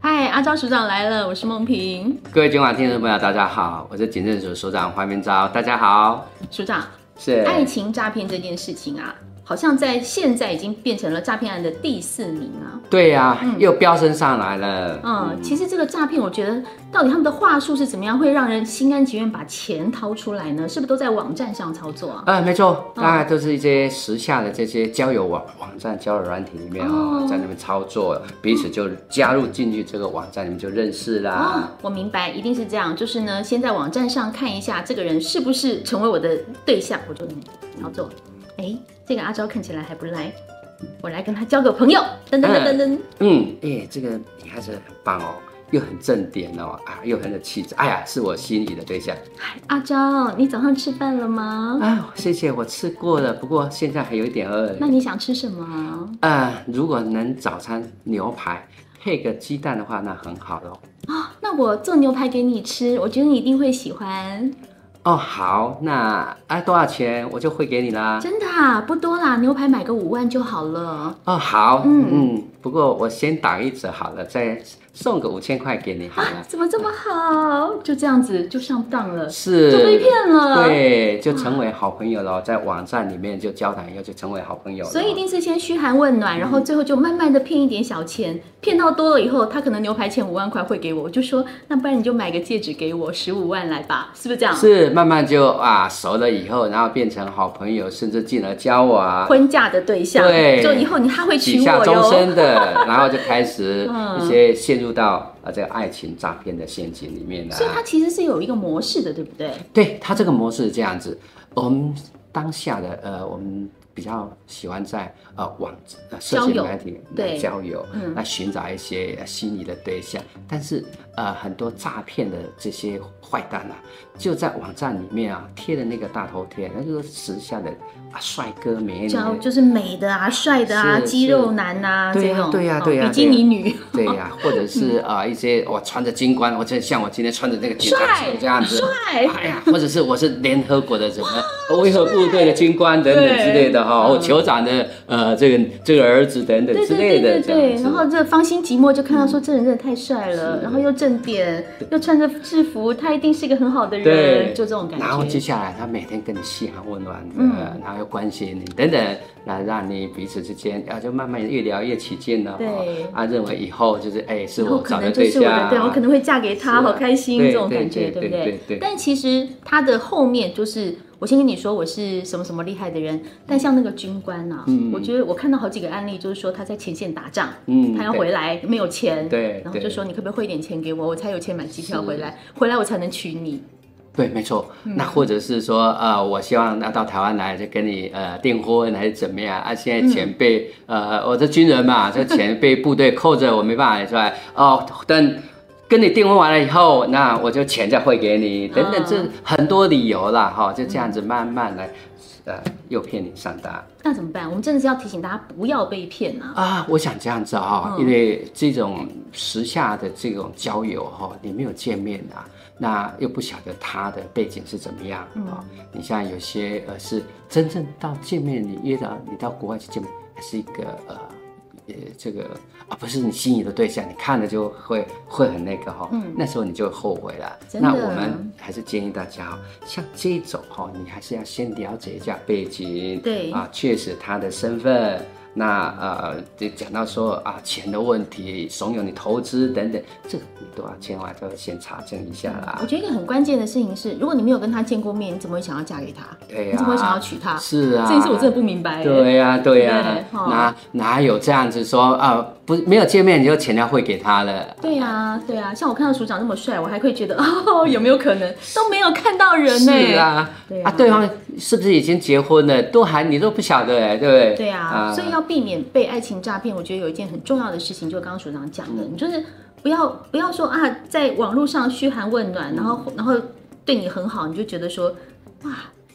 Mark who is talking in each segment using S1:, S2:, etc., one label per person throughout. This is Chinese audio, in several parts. S1: 嗨，阿昭署长来了，我是梦萍。
S2: 各位今晚听众朋友，大家好，我是警政署署长黄明昭，大家好。哎
S1: 署长，
S2: 是，
S1: 爱情诈骗这件事情啊，好像在现在已经变成了诈骗案的第四名啊。
S2: 对呀、又飙升上来了。
S1: 嗯，其实这个诈骗，我觉得到底他们的话术是怎么样，会让人心甘情愿把钱掏出来呢？是不是都在网站上操作啊？
S2: 呃，没错，大概都是一些时下的这些交友网网站、交友软体里面啊、
S1: 哦
S2: 在那边操作，彼此就加入进去这个网站，你们就认识啦。
S1: 啊我明白，一定是这样。就是呢，先在网站上看一下这个人是不是成为我的对象，我就操作。哎，这个阿昭看起来还不赖，我来跟他交个朋友。噔噔噔噔噔，
S2: 嗯，哎、这个女孩子很棒哦，又很正点哦，啊，又很有气质，哎呀，是我心仪的对象
S1: 阿昭，你早上吃饭了吗？
S2: 啊。谢谢，我吃过了，不过现在还有一点饿。
S1: 那你想吃什么？
S2: 呃，如果能早餐牛排配个鸡蛋的话，那很好喽。
S1: 那我做牛排给你吃，我觉得你一定会喜欢。
S2: 哦，好，那啊多少钱我就汇给你啦。
S1: 真的啊，不多啦，牛排买个五万就好了。
S2: 哦，好，
S1: 嗯
S2: 嗯嗯，不过我先打一折好了，再送个五千块给你好了。
S1: 怎么这么好？就这样子就上当了，
S2: 是，
S1: 就被骗了。，
S2: 对，就成为好朋友了，在网站里面就交谈以后就成为好朋友了。
S1: 所以一定是先嘘寒问暖，然后最后就慢慢的骗一点小钱，骗到多了以后，他可能牛排钱五万块会给我，我就说那不然你就买个戒指给我，十五万来吧，是不是这样？
S2: 是慢慢就啊熟了以后，然后变成好朋友，甚至进而啊交往。
S1: 婚嫁的对象，
S2: 对
S1: 就以后你他会娶
S2: 许
S1: 我
S2: 下终
S1: 哟。
S2: 身的，然后就开 始
S1: 嗯
S2: 一些陷入到啊这个爱情诈骗的陷阱里面了、
S1: 所以它其实是有一个模式的，对不对？
S2: 对他这个模式是这样子，我们当下的呃，我们比较喜欢在呃网呃社
S1: 交
S2: 群
S1: 友
S2: 媒体
S1: 对
S2: 来交友
S1: 嗯，
S2: 来寻找一些呃心仪的对象。但是呃，很多诈骗的这些坏蛋啊，就在网站里面啊贴的那个大头贴，那就是时下的啊帅哥美女。
S1: 叫就是美的啊、帅的啊、
S2: 是
S1: 肌肉男啊
S2: 对
S1: 这
S2: 呀
S1: 种，
S2: 对呀
S1: 哦
S2: 对呀啊
S1: 比基尼女，
S2: 对 呀、或者是
S1: 嗯
S2: 啊、呃一些我穿着军官，我就像我今天穿着那个警察
S1: 帅
S2: 服这样子，
S1: 帅哦
S2: 哎呀，或者是我是联合国的什 么维和部队的军官等等之类的
S1: 对
S2: 哈，
S1: 嗯
S2: 我酋长的呃这个这个儿子等等
S1: 对
S2: 之
S1: 对
S2: 类
S1: 对
S2: 的
S1: 对
S2: 这样
S1: 对。然后
S2: 子。嗯
S1: 这芳心寂寞就看到说这人真的太帅了，
S2: 是
S1: 然后又正点，又穿着制服，他一定是一个很好的人，就这种感
S2: 然后接
S1: 觉。
S2: 下来他每天跟你嘘寒问暖的，
S1: 嗯
S2: 然后又关心你等等，来让你彼此之间啊就慢慢越聊越起劲了哈。
S1: 对
S2: 啊认为以后就是哎是
S1: 然后
S2: 我
S1: 可
S2: 找
S1: 能
S2: 的
S1: 就
S2: 对
S1: 是我的，
S2: 象，啊
S1: 对我可能会嫁给他，
S2: 是啊
S1: 好开心
S2: 对
S1: 这种感觉，
S2: 对
S1: 不
S2: 对
S1: 对
S2: 对对？
S1: 但其实他的后面就是，我先跟你说我是什么什么厉害的人，但像那个军官啊，我觉得我看到好几个案例，就是说他在前线打仗，
S2: 嗯
S1: 他要
S2: 对
S1: 回来没有钱，
S2: 对
S1: 然后就
S2: 对
S1: 说你可不可以汇一点钱给我，我才有钱买机票
S2: 是
S1: 回来，回来我才能娶你。
S2: 对，没错。那或者是说，呃，我希望那到台湾来就跟你呃订婚还是怎么样啊？现在钱被、呃，我这军人嘛，这钱被部队扣着，我没办法拿出来。哦，等跟你订婚完了以后，那我就钱再汇给你，等等，这很多理由啦，哈、就这样子慢慢来，呃，诱骗你上当。
S1: 那怎么办？我们真的是要提醒大家不要被骗啊！
S2: 啊，我想这样子哈、
S1: 嗯
S2: 因为这种时下的这种交友哈、你没有见面啊，那又不晓得他的背景是怎么样啊、
S1: 嗯
S2: 你像有些呃是真正到见面，你约到你到国外去见面，还是一个呃呃这个啊不是你心仪的对象，你看了就会会很那个哈、那时候你就会后悔了。
S1: 嗯真的
S2: 那我们还是建议大家哈、像这种哈、你还是要先了解一下背景，
S1: 对
S2: 啊，确实他的身份。那呃，就讲到说啊，钱的问题，怂恿你投资等等，这个你都要千万都要先查证一下啦
S1: 我。觉得一个很关键的事情是，如果你没有跟他见过面，你怎么会想要嫁给他？嗯
S2: 对
S1: 你
S2: 哎呀、
S1: 怎么会想要娶他？
S2: 是啊，
S1: 这件事我真的不明白耶。
S2: 对呀、对呀、
S1: 对哈
S2: 哪哪有这样子说啊？不，没有见面你就钱要汇给他了。
S1: 对啊，对啊，像我看到署长那么帅，我还会觉得 哦，有没有可能都没有看到人呢？
S2: 是啊，
S1: 对啊
S2: 啊，对方是不是已经结婚了？都还你都不晓得哎，对不对？
S1: 对啊，所以要避免被爱情诈骗，我觉得有一件很重要的事情，就刚刚署长讲的，你就是不要不要说啊，在网络上嘘寒问
S2: 嗯
S1: 暖，然后然后对你很好，你就觉得说哇，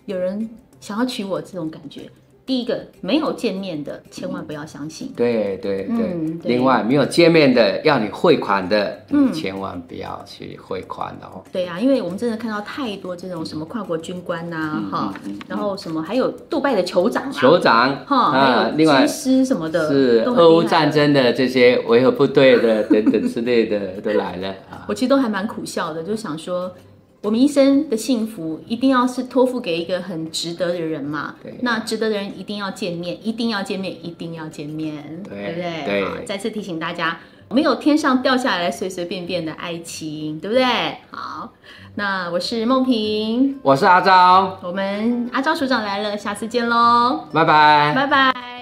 S1: 有人想要娶我这种感觉。第一个没有见面的，千万不要相信。
S2: 对对对
S1: 嗯，对
S2: 另外没有见面的，要你汇款的，
S1: 嗯
S2: 你千万不要去汇款哦。
S1: 对啊，因为我们真的看到太多这种什么跨国军官呐、哈、然后什么还有杜拜的酋长啊，
S2: 嗯酋长
S1: 哈，还有
S2: 另外
S1: 机师什么的，
S2: 是
S1: 都很厉害
S2: 俄乌战。争的这些维和部队的等等之类的都来了啊。
S1: 我其实都还蛮苦笑的，就想说，我们一生的幸福一定要是托付给一个很值得的人嘛。
S2: 对
S1: 那值得的人一定要见面，一定要见面，一定要见面，
S2: 对
S1: 不对？
S2: 对
S1: 好再次提醒大家，没有天上掉下来随随便便的爱情，对不对？好，那我是梦萍，
S2: 我是阿昭，
S1: 我们阿昭署长来了，下次见喽，
S2: 拜拜。
S1: 拜拜。